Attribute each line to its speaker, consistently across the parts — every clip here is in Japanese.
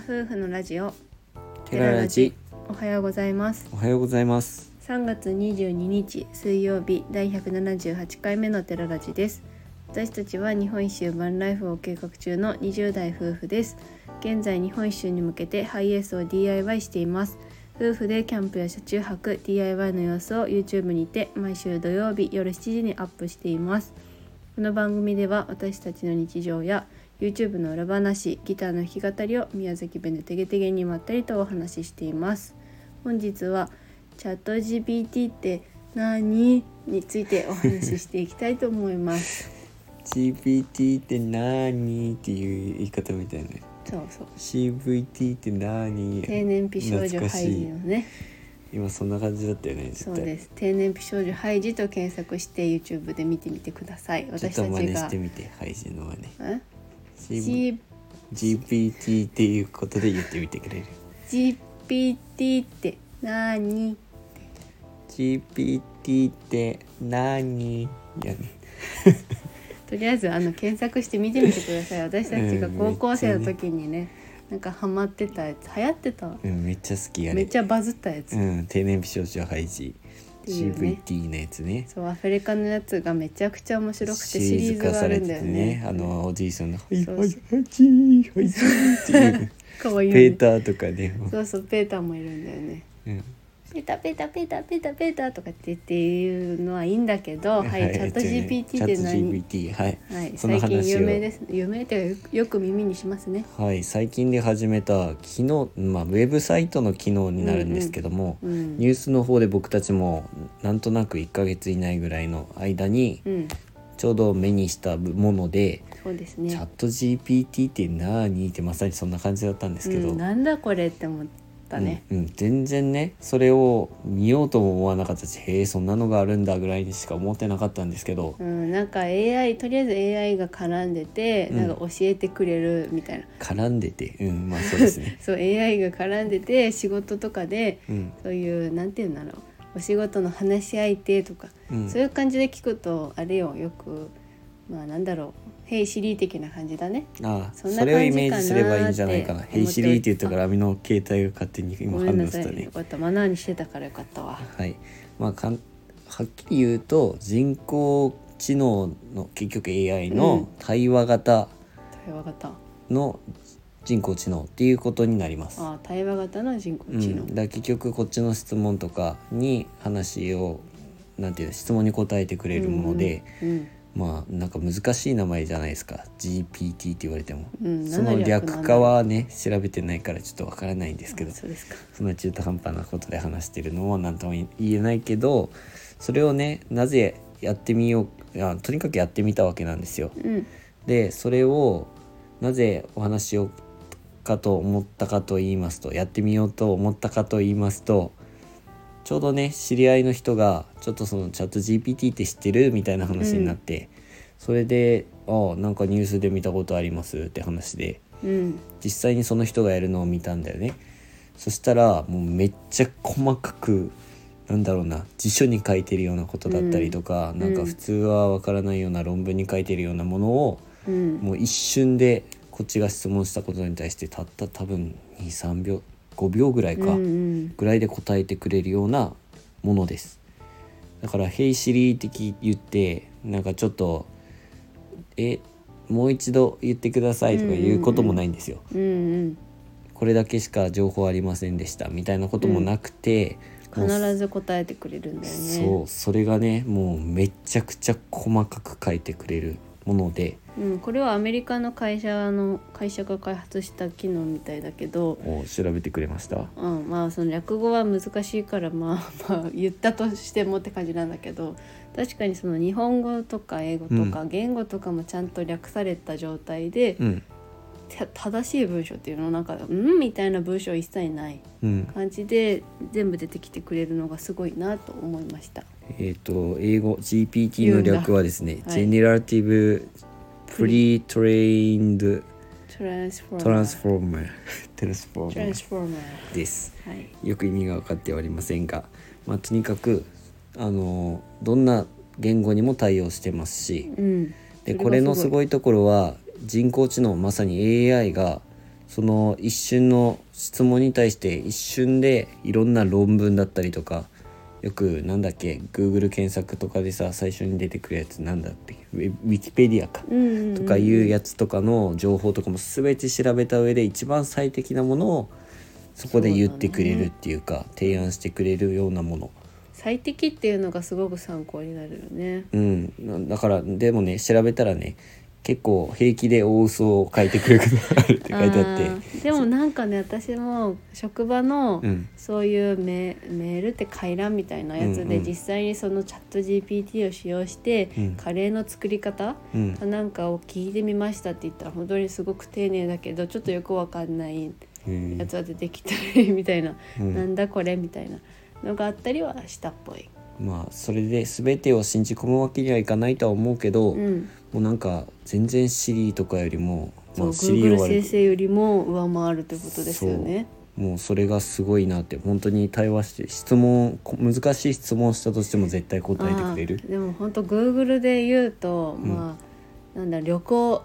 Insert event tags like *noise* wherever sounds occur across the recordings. Speaker 1: 夫婦のラジオ
Speaker 2: テララジ
Speaker 1: おはようございます
Speaker 2: おはようございます
Speaker 1: 3月22日水曜日第178回目のテララジです私たちは日本一周バンライフを計画中の20代夫婦です現在日本一周に向けてハイエースを DIY しています夫婦でキャンプや車中泊 DIY の様子を YouTube にて毎週土曜日夜7時にアップしていますこの番組では私たちの日常や YouTube の裏話ギターの弾き語りを宮崎弁でてげてげにまったりとお話ししています本日はチャット GPT って何についてお話ししていきたいと思います
Speaker 2: *laughs* GPT って何っていう言い方みたいね
Speaker 1: そうそう
Speaker 2: CVT って何
Speaker 1: 定年美少女
Speaker 2: 懐か
Speaker 1: ハイ
Speaker 2: し
Speaker 1: ジ
Speaker 2: い
Speaker 1: のね
Speaker 2: 今そんな感じだったよね絶
Speaker 1: そ
Speaker 2: 対
Speaker 1: うです定年美少女ハイジと検索して YouTube で見てみてください
Speaker 2: ちょっ
Speaker 1: 私た
Speaker 2: と真
Speaker 1: ち
Speaker 2: 似
Speaker 1: が
Speaker 2: してみて配信の真
Speaker 1: ん
Speaker 2: 似 GPT っていうことで言ってみてくれる
Speaker 1: GPT って何
Speaker 2: GPT って何やね
Speaker 1: とりあえずあの検索して見てみてください私たちが高校生の時にねなんかハマってたやつ流行ってた
Speaker 2: うんめっちゃ好きや
Speaker 1: め
Speaker 2: ね
Speaker 1: っちゃバズったやつ、
Speaker 2: うん定年美少女ハイジ
Speaker 1: ていうね
Speaker 2: CVT のやつね
Speaker 1: そうアフリカのやつがめちゃくちゃ面白くてシリーズがあるんだよね
Speaker 2: あのおじいさんの「はい
Speaker 1: そ
Speaker 2: は
Speaker 1: う
Speaker 2: い
Speaker 1: そう
Speaker 2: はいじーはいじー」っていう
Speaker 1: かわいいよ
Speaker 2: ペ
Speaker 1: ね
Speaker 2: ーターとかね
Speaker 1: そうそうペーターもいるんだよね
Speaker 2: うん
Speaker 1: ペーターペーターペーターペーターペーターとかって言っていうのはいいんだけどはい、チャット GPT で何
Speaker 2: チャット GPT はい
Speaker 1: はい、
Speaker 2: その
Speaker 1: 最近
Speaker 2: 話を
Speaker 1: 有名です有名っていうかよく耳にしますね
Speaker 2: はい最近で始めた機能まあウェブサイトの機能になるんですけども、
Speaker 1: うん
Speaker 2: ニュースの方で僕たちもなんとなく1ヶ月以内ぐらいの間に
Speaker 1: うん
Speaker 2: ちょうど目にしたもので、
Speaker 1: そうです
Speaker 2: チャッ
Speaker 1: ね
Speaker 2: ト GPT って何ってまさにそんな感じだったんですけど、
Speaker 1: うん、なんだこれって思ったね、
Speaker 2: うんうん全然ねそれを見ようとも思わなかったしへえそんなのがあるんだぐらいにしか思ってなかったんですけど、
Speaker 1: うん、なんか AI とりあえず AI が絡んでて、
Speaker 2: うん
Speaker 1: なんか教えてくれるみたいな
Speaker 2: 絡んでてうんまあそうですね
Speaker 1: そう AI が絡んでて仕事とかで
Speaker 2: うん、
Speaker 1: *laughs* そういうなんていうんだろうお仕事の話し相手とか、
Speaker 2: うん、
Speaker 1: そういう感じで聞くとあれよよくまあなんだろう「ヘイシリー」的な感じだね
Speaker 2: ああ
Speaker 1: そ
Speaker 2: そ
Speaker 1: んな
Speaker 2: れを
Speaker 1: 感じ
Speaker 2: イ
Speaker 1: かなーって
Speaker 2: メージすればいいんじゃないかな「
Speaker 1: 思って
Speaker 2: ヘイシリー」って言ったから網の携帯が勝手に今
Speaker 1: ごめん
Speaker 2: 反応
Speaker 1: な
Speaker 2: し
Speaker 1: さ
Speaker 2: た
Speaker 1: い
Speaker 2: ね
Speaker 1: よかったマナーにしてたからよかったわ
Speaker 2: はいまあかんはっきり言うと人工知能の結局 AI の対話型
Speaker 1: 対話型
Speaker 2: の人工知能っていうことになります、
Speaker 1: ああ対話型の人工
Speaker 2: うん、
Speaker 1: 知能、
Speaker 2: だから結局こっちの質問とかに話をなんていうの質問に答えてくれるもので、
Speaker 1: うん
Speaker 2: まあなんか難しい名前じゃないですか GPT って言われても、
Speaker 1: うん
Speaker 2: その略化はね調べてないからちょっとわからないんですけど
Speaker 1: あそうですか
Speaker 2: そんな中途半端なことで話してるのも何とも言えないけどそれをねなぜやってみようあとにかくやってみたわけなんですよ。
Speaker 1: うん
Speaker 2: でそれをなぜお話しようかと思ったかと言いますとやってみようと思ったかと言いますとちょうどね知り合いの人がちょっとそのチャット GPT って知ってるみたいな話になって、それで「ああなんかニュースで見たことあります」って話で
Speaker 1: うん
Speaker 2: 実際にその人がやるのを見たんだよね。そしたらもうめっちゃ細かくなんだろうな辞書に書いてるようなことだったりとか、
Speaker 1: ん
Speaker 2: なんか普通はわからないような論文に書いてるようなものを
Speaker 1: うん
Speaker 2: もう一瞬でこっちが質問したことに対してたった多分23秒5秒ぐらいか
Speaker 1: うんうん
Speaker 2: ぐらいで答えてくれるようなものですだから「ヘイシリー」って聞言ってなんかちょっと「えもう一度言ってください」とか言うこともないんですよ、
Speaker 1: うんうん
Speaker 2: これだけしか情報ありませんでしたみたいなこともなくて、もう
Speaker 1: 必ず答えてくれるんだよね
Speaker 2: そうそれがねもうめちゃくちゃ細かく書いてくれるもので
Speaker 1: うん、これはアメリカの会社の会社が開発した機能みたいだけど、
Speaker 2: お調べてくれました
Speaker 1: うん、まあその略語は難しいからまあまあ言ったとしてもって感じなんだけど確かにその日本語とか英語とか言語とかもちゃんと略された状態で、
Speaker 2: うん
Speaker 1: た正しい文章っていうのなんか「うん?」みたいな文章一切ない
Speaker 2: うん
Speaker 1: 感じで全部出てきてくれるのがすごいなと思いました。
Speaker 2: えっ、と英語 GPT の略はですね
Speaker 1: 言うんだはい
Speaker 2: Generative Pre-trained
Speaker 1: トランスフォーマー
Speaker 2: Transformer Transformer
Speaker 1: トランスフォーマー
Speaker 2: です
Speaker 1: はい
Speaker 2: よく意味が分かってはおりませんが、まあ、とにかくあのどんな言語にも対応してますし
Speaker 1: うん、
Speaker 2: でこれのす
Speaker 1: い
Speaker 2: ごいところは人工知能まさに AI がその一瞬の質問に対して一瞬でいろんな論文だったりとかよくなんだっけ Google 検索とかでさ最初に出てくるやつなんだっけウィウィキペディアか
Speaker 1: うんうんうん
Speaker 2: とかいうやつとかの情報とかも全て調べた上で一番最適なものをそこで言ってくれるっていうか提案してくれるようなもの
Speaker 1: 最適っていうのがすごく参考になるよね
Speaker 2: うんなだからでもね調べたらね結構平気で大嘘を書いてくることがあるって書いてあっ
Speaker 1: *laughs* あ
Speaker 2: て
Speaker 1: ーでもなんかね私も職場の
Speaker 2: うん
Speaker 1: そういうメ,、メールって回覧みたいなやつ
Speaker 2: うんう
Speaker 1: で
Speaker 2: ん
Speaker 1: 実際にそのチャット GPT を使用して、
Speaker 2: うん
Speaker 1: カレーの作り方
Speaker 2: うん
Speaker 1: かなんかを聞いてみましたって言ったら本当にすごく丁寧だけどちょっとよくわかんない
Speaker 2: うん
Speaker 1: やつが出てきたりみたいな、
Speaker 2: うん
Speaker 1: なんだこれみたいなのがあったりはしたっぽい。
Speaker 2: まあそれで全てを信じ込むわけにはいかないとは思うけど、
Speaker 1: う
Speaker 2: も
Speaker 1: ん、
Speaker 2: うなんか全然 Siri とかよりも、
Speaker 1: そう、
Speaker 2: まあ、
Speaker 1: Google
Speaker 2: は
Speaker 1: 先生よりも上回るってことですよね。
Speaker 2: もうそれがすごいなって本当に対話して質問こ難しい質問したとしても絶対答えてくれる
Speaker 1: あーでも本当 Google で言うと、
Speaker 2: ん
Speaker 1: まあなんだ旅行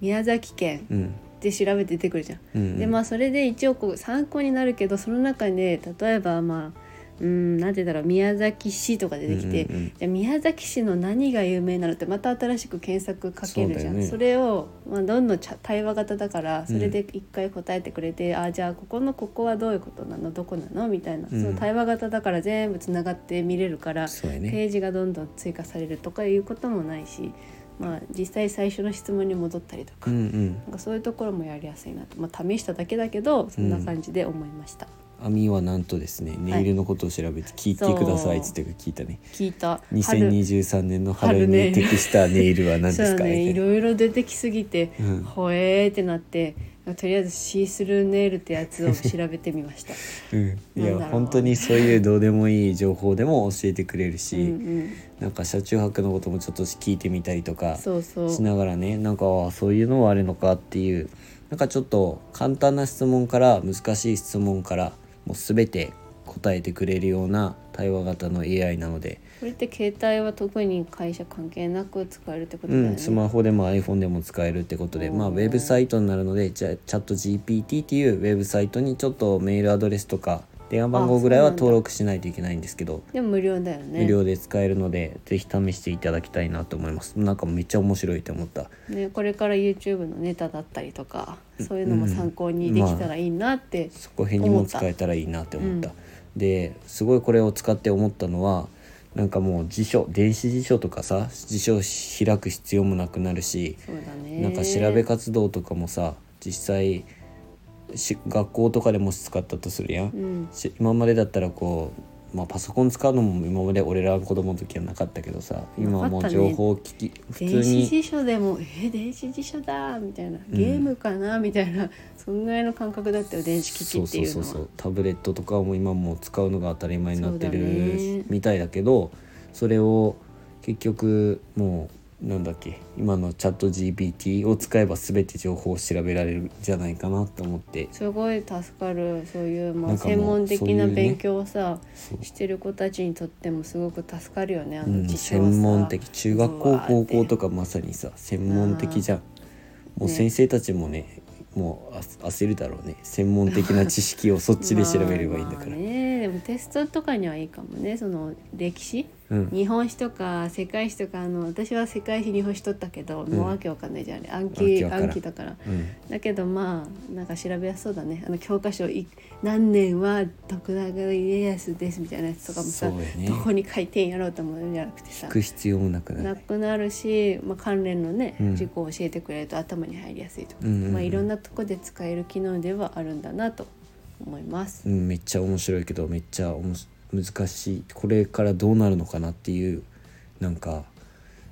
Speaker 1: 宮崎県
Speaker 2: うん
Speaker 1: で調べて出てくるじゃん。
Speaker 2: うんうん
Speaker 1: でまあそれで一応こう参考になるけどその中で例えばまあうんなんて言うんだろう宮崎市とか出てきて、
Speaker 2: うんうんうん
Speaker 1: じゃあ宮崎市の何が有名なのってまた新しく検索かけるじゃん
Speaker 2: そうだよ
Speaker 1: そ,、れを、ま
Speaker 2: ね
Speaker 1: あ、どんどんちゃ対話型だからそれで一回答えてくれて、あじゃあここのここはどういうことなのどこなのみたいな、
Speaker 2: うん
Speaker 1: その対話型だから全部つながって見れるから、
Speaker 2: そうや
Speaker 1: ペ
Speaker 2: ね
Speaker 1: ージがどんどん追加されるとかいうこともないし、まあ、実際最初の質問に戻ったりとか。
Speaker 2: うんうん
Speaker 1: なんかそういうところもやりやすいなと、まあ、試しただけだけどそんな感じで思いました、
Speaker 2: アミはなんとですねネイルのことを調べて聞いてくださいっつって聞いたね
Speaker 1: 聞いた
Speaker 2: 2023年の春
Speaker 1: 春ネイ
Speaker 2: に
Speaker 1: ル
Speaker 2: 適したネイルは何で
Speaker 1: そう
Speaker 2: す
Speaker 1: だ
Speaker 2: か
Speaker 1: ねい
Speaker 2: みたいな
Speaker 1: ろいろ出てきすぎて、
Speaker 2: うん
Speaker 1: ほえーってなってとりあえずシースルーネイルってやつを調べてみました、
Speaker 2: *laughs* うんい
Speaker 1: なんだ
Speaker 2: や
Speaker 1: ろう
Speaker 2: 本当にそういうどうでもいい情報でも教えてくれる
Speaker 1: うんう
Speaker 2: し
Speaker 1: ん、
Speaker 2: なんか車中泊のこともちょっと聞いてみたりとか
Speaker 1: そうそう
Speaker 2: しながらねなんかああそういうのはあるのかっていうなんかちょっと簡単な質問から難しい質問からもう全て答えてくれるような対話型の AI なので、
Speaker 1: これって携帯は特に会社関係なく使えるってこと
Speaker 2: う
Speaker 1: だよね、
Speaker 2: ん、スマホでも iPhone でも使えるってことで、まあ、ウ
Speaker 1: おー
Speaker 2: ェブサイトになるのでじゃチャット GPT っていうウェブサイトにちょっとメールアドレスとか電話番号ぐらい
Speaker 1: あ
Speaker 2: は
Speaker 1: そうなんだ
Speaker 2: 登録しないといけないんですけど、
Speaker 1: でも無料だよね
Speaker 2: 無料で使えるのでぜひ試していただきたいなと思いますなんかめっちゃ面白いと思った
Speaker 1: ね、これから YouTube のネタだったりとかそういうのも参考にできたらいいなって、
Speaker 2: そこ辺にも使えたらいいなって思った。ですごいこれを使って思ったのはなんかもう辞書電子辞書とかさ辞書を開く必要もなくなるし、
Speaker 1: そうだね
Speaker 2: なんか調べ活動とかもさ実際し学校とかでもし使ったとするや
Speaker 1: う
Speaker 2: ん。
Speaker 1: ん
Speaker 2: し今までだったらこう、まあ、パソコン使うのも今まで俺らの子供の時はなかったけどさ今はも
Speaker 1: なかった
Speaker 2: う
Speaker 1: ね
Speaker 2: 情報機器、普
Speaker 1: 電
Speaker 2: 通
Speaker 1: 子
Speaker 2: に
Speaker 1: 辞書でも「え電子辞書だ」みたいな「ゲームかな」みたいなそんぐらいの感覚だったよ電子機器っていうの
Speaker 2: そうそう
Speaker 1: は。
Speaker 2: そうそうタブレットとかも今もう使うのが当たり前になって
Speaker 1: そうだね
Speaker 2: るみたいだけどそれを結局もうなんだっけ今のチャット GPT を使えば全て情報を調べられるんじゃないかなと思って
Speaker 1: すごい助かるそういう、ま
Speaker 2: な
Speaker 1: あ、
Speaker 2: んかもう
Speaker 1: 専門的
Speaker 2: そう
Speaker 1: な
Speaker 2: いうね
Speaker 1: 勉強をさ、
Speaker 2: そう
Speaker 1: してる子たちにとってもすごく助かるよねあ
Speaker 2: う
Speaker 1: の
Speaker 2: ん、
Speaker 1: 辞書はさ、
Speaker 2: 専門的中学
Speaker 1: う
Speaker 2: 校
Speaker 1: わー
Speaker 2: 高
Speaker 1: って
Speaker 2: 校とかまさにさ専門的じゃんも
Speaker 1: ね
Speaker 2: う先生たちもねもうあ焦るだろうね専門的な知識をそっちで調べればいいんだから、
Speaker 1: *laughs* まあまあね、でもテストとかにはいいかもねその歴史
Speaker 2: うん、
Speaker 1: 日本史とか世界史とかあの私は世界史日本史取ったけど、もうわけわかんないじゃんあれ暗
Speaker 2: わ
Speaker 1: 記
Speaker 2: けわからん
Speaker 1: 暗記だから。
Speaker 2: うん、
Speaker 1: だけどまあなんか調べやすそうだねあの教科書い何年は徳川家康ですみたいなやつとかもさ、
Speaker 2: そうやね
Speaker 1: どこに書いてんやろうと思うんじゃなくてさ
Speaker 2: 聞く必要もなくな
Speaker 1: な
Speaker 2: る
Speaker 1: くなるし、まあ、関連のね
Speaker 2: うん
Speaker 1: 事項を教えてくれると頭に入りやすいとか、
Speaker 2: うんうんうん
Speaker 1: まあ、いろんなとこで使える機能ではあるんだなと思います
Speaker 2: う。ん、めっちゃ面白いけどめっちゃおもし難しいこれからどうなるのかなっていうなんか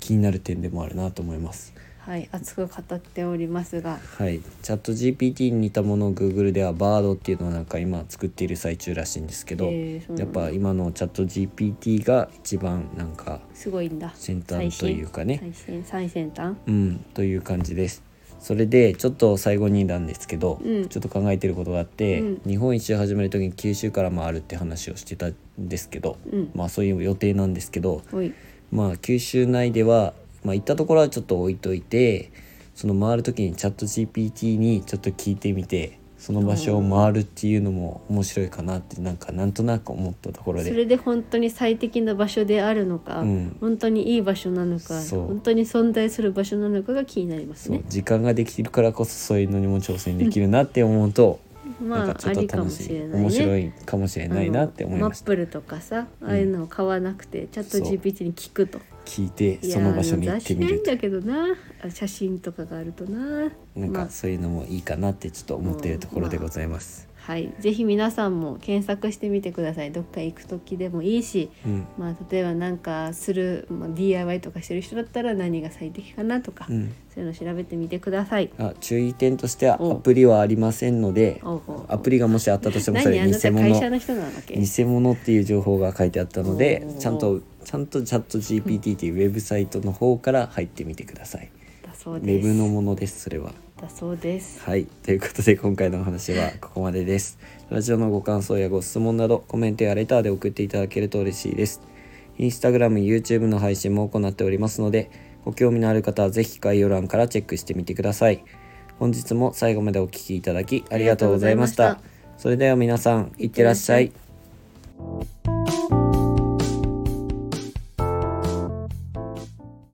Speaker 2: 気になる点でもあるなと思います
Speaker 1: はい、熱く語っておりますが
Speaker 2: はいチャット GPT に似たものを Google では BARD っていうのをなんか今作っている最中らしいんですけど、
Speaker 1: えーそうな
Speaker 2: やっ
Speaker 1: んだ
Speaker 2: ぱ今のチャット GPT が一番なんか
Speaker 1: すごいんだ
Speaker 2: 先端というかね
Speaker 1: 最先最先端
Speaker 2: うんという感じですそれでちょっと最後になんですけど、
Speaker 1: うん
Speaker 2: ちょっと考えてることがあって、
Speaker 1: うん
Speaker 2: 日本一周始める時に九州から回るって話をしてたんですけど、
Speaker 1: うん
Speaker 2: まあそういう予定なんですけど
Speaker 1: おい
Speaker 2: まあ九州内では、まあ、行ったところはちょっと置いといてその回る時にチャット GPT にちょっと聞いてみてその場所を回るっていうのも面白いかなってなんかなんとなく思ったところ
Speaker 1: そ
Speaker 2: で
Speaker 1: れで本当に最適な場所であるのか、
Speaker 2: うん
Speaker 1: 本当にいい場所なのか
Speaker 2: そう
Speaker 1: 本当に存在する場所なのかが気になります
Speaker 2: そ
Speaker 1: ね
Speaker 2: う。時間ができてるからこそそういうのにも挑戦できるなって思うと、
Speaker 1: ま
Speaker 2: なん
Speaker 1: あ
Speaker 2: かち
Speaker 1: あ
Speaker 2: ょっ
Speaker 1: り
Speaker 2: と
Speaker 1: か
Speaker 2: 楽
Speaker 1: も
Speaker 2: し
Speaker 1: し
Speaker 2: い
Speaker 1: れないね。
Speaker 2: 面白いかもしれないなって思いまし
Speaker 1: あ
Speaker 2: た
Speaker 1: のマップルとかさああいうのを買わなくて、チャット
Speaker 2: そう
Speaker 1: GPT に聞くと
Speaker 2: 聞いてその場所に行ってみ
Speaker 1: いやー
Speaker 2: る
Speaker 1: 雑誌ないんだけどなあ写真とかがあるとな
Speaker 2: となん
Speaker 1: ま
Speaker 2: か
Speaker 1: あ
Speaker 2: そういうのもいいかなってちょっと思っているところでございます。
Speaker 1: はい、ぜひ皆さんも検索してみてくださいどっか行く時でもいいし、
Speaker 2: うん
Speaker 1: まあ、例えばなんかする、まあ、DIY とかしてる人だったら何が最適かなとか、
Speaker 2: うん
Speaker 1: そういうの調べてみてください。
Speaker 2: あ注意点としては
Speaker 1: お
Speaker 2: アプリはありませんので
Speaker 1: おうおうおう
Speaker 2: アプリがもしあったとしてもそ
Speaker 1: 何
Speaker 2: れ
Speaker 1: あな
Speaker 2: 偽
Speaker 1: た会社
Speaker 2: 物
Speaker 1: の人なわけ
Speaker 2: 偽物っていう情報が書いてあったので
Speaker 1: おー
Speaker 2: ちゃんとちゃんとチャット GPT っていうウェブサイトの方から入ってみてください。
Speaker 1: だそ
Speaker 2: ウ
Speaker 1: うで
Speaker 2: ェ
Speaker 1: す。
Speaker 2: ブのものですそれは。
Speaker 1: だそうです。
Speaker 2: はい。ということで、今回のお話はここまでです。ラジオのご感想やご質問など、コメントやレターで送っていただけると嬉しいです。インスタグラム、YouTube の配信も行っておりますので、ご興味のある方はぜひ概要欄からチェックしてみてください。本日も最後までお聞きいただきありがとうございまし
Speaker 1: あり
Speaker 2: た
Speaker 1: がとうござ。
Speaker 2: それでは皆さん、いってらっしゃ
Speaker 1: いっ
Speaker 2: い
Speaker 1: て。